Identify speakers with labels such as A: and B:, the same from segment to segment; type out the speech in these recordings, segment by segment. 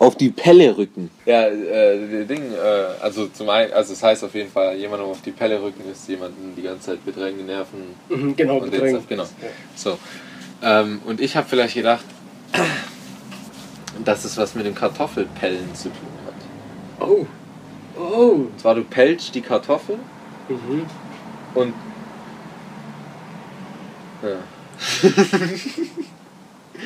A: Auf die Pelle rücken.
B: Ja, äh, Ding, äh, also zum einen, also es heißt auf jeden Fall, jemandem auf die Pelle rücken ist jemanden die ganze Zeit bedrängen, nerven.
C: Mhm, genau,
B: und
C: bedrängen.
B: jetzt- Genau. So. Ähm, und ich habe vielleicht gedacht, dass es was mit dem Kartoffelpellen zu tun hat.
C: Oh. Oh.
B: Und zwar, du pellst die Kartoffel
C: Mhm.
B: und. Ja.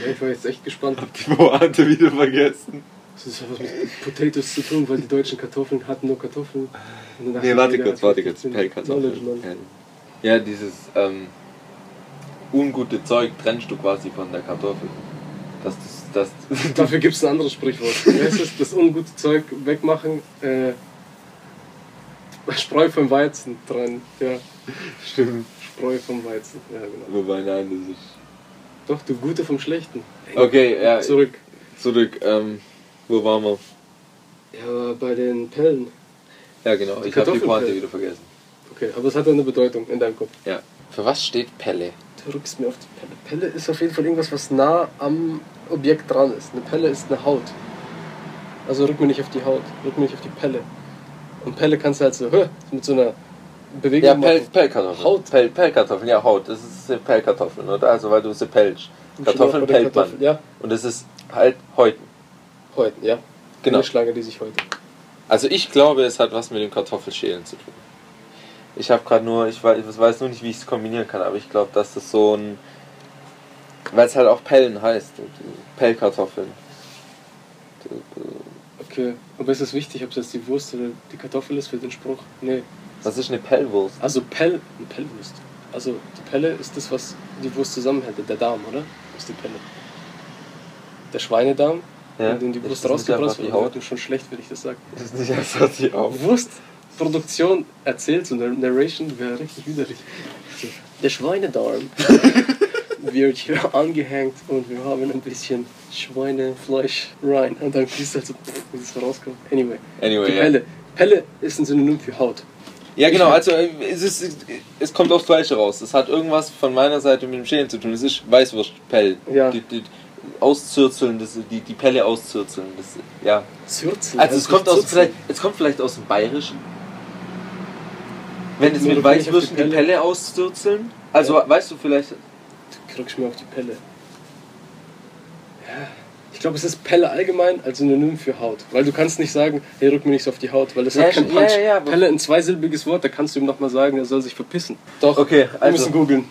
C: Ja, ich war jetzt echt gespannt.
B: Die Pointe wieder vergessen.
C: Das ist ja was mit Potatoes zu tun, weil die deutschen Kartoffeln hatten nur Kartoffeln. Und dann dachte
B: Nee,
C: ich
B: warte
C: mir,
B: kurz,
C: der hat
B: warte kurz.
C: den Knowledge,
B: Pellkartoffeln.
C: Mann.
B: Pellen. Ja, dieses ähm, ungute Zeug trennst du quasi von der Kartoffel. Das, das, das,
C: Dafür gibt es ein anderes Sprichwort. Wie heißt das? Das ungute Zeug wegmachen. Äh, Spreu vom Weizen dran. Ja,
B: stimmt.
C: Spreu vom Weizen. Ja, genau.
B: Wobei, nein, das ist.
C: Doch, du Gute vom Schlechten.
B: Okay, ja,
C: Zurück.
B: zurück. Ähm, wo waren wir?
C: Ja, bei den Pellen.
B: Ja, genau. Ich
C: Die
B: habe die
C: Kartoffelpelle.
B: Pointe wieder vergessen.
C: Okay, aber es hat ja eine Bedeutung in deinem Kopf.
B: Ja. Für was steht Pelle?
C: Du rückst mir auf die Pelle. Pelle ist auf jeden Fall irgendwas, was nah am Objekt dran ist. Eine Pelle ist eine Haut. Also rück mir nicht auf die Haut, rück mir nicht auf die Pelle. Und Pelle kannst du halt so hä, mit so einer Bewegung
B: Ja,
C: machen.
B: Pell, Pellkartoffeln.
C: Haut.
B: Pell, Pellkartoffeln, ja, Haut. Das ist äh, Pellkartoffeln, oder? Also, weil du sie pellst.
C: Und
B: Kartoffeln
C: schon mal bei den
B: pellt man.
C: Kartoffeln, Ja,
B: Und das ist halt Häuten.
C: heute, ja.
B: Genau.
C: Eine Schlange, die sich heute.
B: Also ich glaube, es hat was mit dem Kartoffelschälen zu tun. Ich habe gerade nur, ich weiß, ich weiß nur nicht, wie ich es kombinieren kann, aber ich glaube, dass das so ein, weil es halt auch Pellen heißt, die Pellkartoffeln.
C: Okay, aber ist es wichtig, ob es jetzt die Wurst oder die Kartoffel ist für den Spruch? Nee.
B: Was ist eine Pellwurst?
C: Also Pell, eine Pellwurst. Also die Pelle ist das, was die Wurst zusammenhält. Der Darm, oder? Ist die Pelle. Der Schweinedarm, in den die
B: ist
C: Wurst
B: das nicht einfach
C: rausgebracht
B: die
C: wird.
B: Haut.
C: Wird mir schon schlecht, wenn ich das sage.
B: Ist nicht einfach die Haut.
C: Wurstproduktion erzählt so eine Narration wäre richtig widerlich. So, Der Schweinedarm wird hier angehängt und wir haben ein bisschen Schweinefleisch rein. Und dann fließt halt so, pff, wie das so rauskommt. Anyway.
B: Anyway,
C: die
B: ja.
C: Pelle. Pelle ist ein Synonym für Haut.
B: Ja, genau, also äh, es, ist, es kommt aufs Gleiche raus. Es hat irgendwas von meiner Seite mit dem Schälen zu tun. Es ist Weißwurstpell.
C: Ja.
B: Die, die, auszürzeln, das, die, die Pelle auszürzeln. Das, ja.
C: Zürzel.
B: Also es
C: heißt
B: kommt,
C: nicht
B: aus,
C: Zürzel.
B: vielleicht, es kommt vielleicht aus dem Bayerischen. Wenn es
C: Nur
B: mit
C: da kann ich auf die
B: Weißwürsten die
C: Pelle-
B: Pelle auszürzeln. Also
C: Ja.
B: weißt du vielleicht.
C: Du kriegst mir auf die Pelle. Ja. Ich glaube, es ist Pelle allgemein als Synonym für Haut. Weil du kannst nicht sagen, hey, rück mir nicht so auf die Haut, weil das
B: Ja,
C: hat keinen
B: ja,
C: Punch.
B: ja, ja, aber-
C: Pelle, ein zweisilbiges Wort, da kannst du ihm nochmal sagen, er soll sich verpissen. Doch,
B: Okay,
C: wir
B: also-
C: müssen googeln.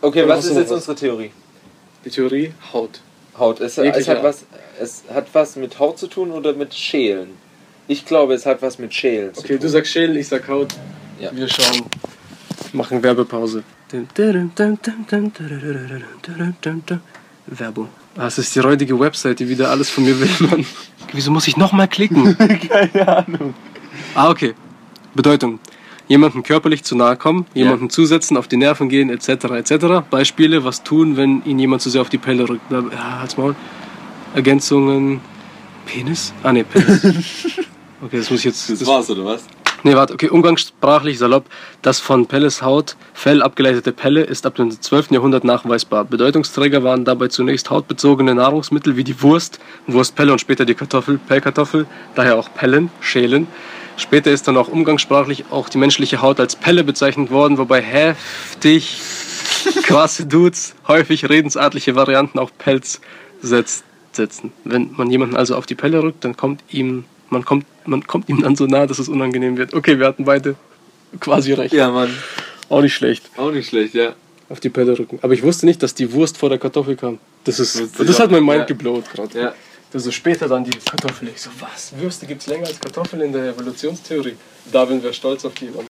B: Okay,
C: Oder
B: was
C: hast
B: ist
C: du noch
B: jetzt
C: was?
B: unsere Theorie?
C: Die Theorie, Haut.
B: Haut. Es, es,
C: Jeglicher
B: hat was, es hat was mit Haut zu tun oder mit Schälen? Ich glaube, es hat was mit Schälen zu
C: Okay,
B: tun.
C: du sagst Schälen, ich sag Haut.
B: Ja.
C: Wir schauen. Machen Werbepause. Werbung. Ah, es ist die räudige Website, die wieder alles von mir will, Mann. Wieso muss ich nochmal klicken?
B: Keine Ahnung.
C: Ah, okay. Bedeutung. Jemandem körperlich zu nahe kommen, jemandem zusetzen, auf die Nerven gehen, etc. etc. Beispiele, was tun, wenn ihn jemand zu sehr auf die Pelle rückt. Bla- Ja, halt's Maul. Ergänzungen. Penis? Ah, ne, Penis. Okay, das muss ich jetzt.
B: Das war's, oder was?
C: Nee, warte, okay, umgangssprachlich salopp. Das von Pelles Haut, Fell abgeleitete Pelle ist ab dem 12. Jahrhundert nachweisbar. Bedeutungsträger waren dabei zunächst hautbezogene Nahrungsmittel wie die Wurst, Wurstpelle und später die Kartoffel, Pellkartoffel, daher auch Pellen, Schälen. Später ist dann auch umgangssprachlich auch die menschliche Haut als Pelle bezeichnet worden, wobei heftig krasse Dudes häufig redensartliche Varianten auf Pelz setzt, setzen. Wenn man jemanden also auf die Pelle rückt, dann kommt ihm, man kommt, man kommt ihm dann so nah, dass es unangenehm wird. Okay, wir hatten beide quasi recht.
B: Ja, Mann.
C: Auch nicht schlecht.
B: Auch nicht schlecht, ja.
C: Auf die Pelle rücken. Aber ich wusste nicht, dass die Wurst vor der Kartoffel kam. Das ist,
B: Wusste ich
C: das hat
B: auch.
C: mein Mind
B: Ja.
C: geblowt gerade.
B: Ja.
C: Das ist später dann die Kartoffel. Ich so, was? Würste gibt's länger als Kartoffeln in der Evolutionstheorie. Da bin wir stolz auf die.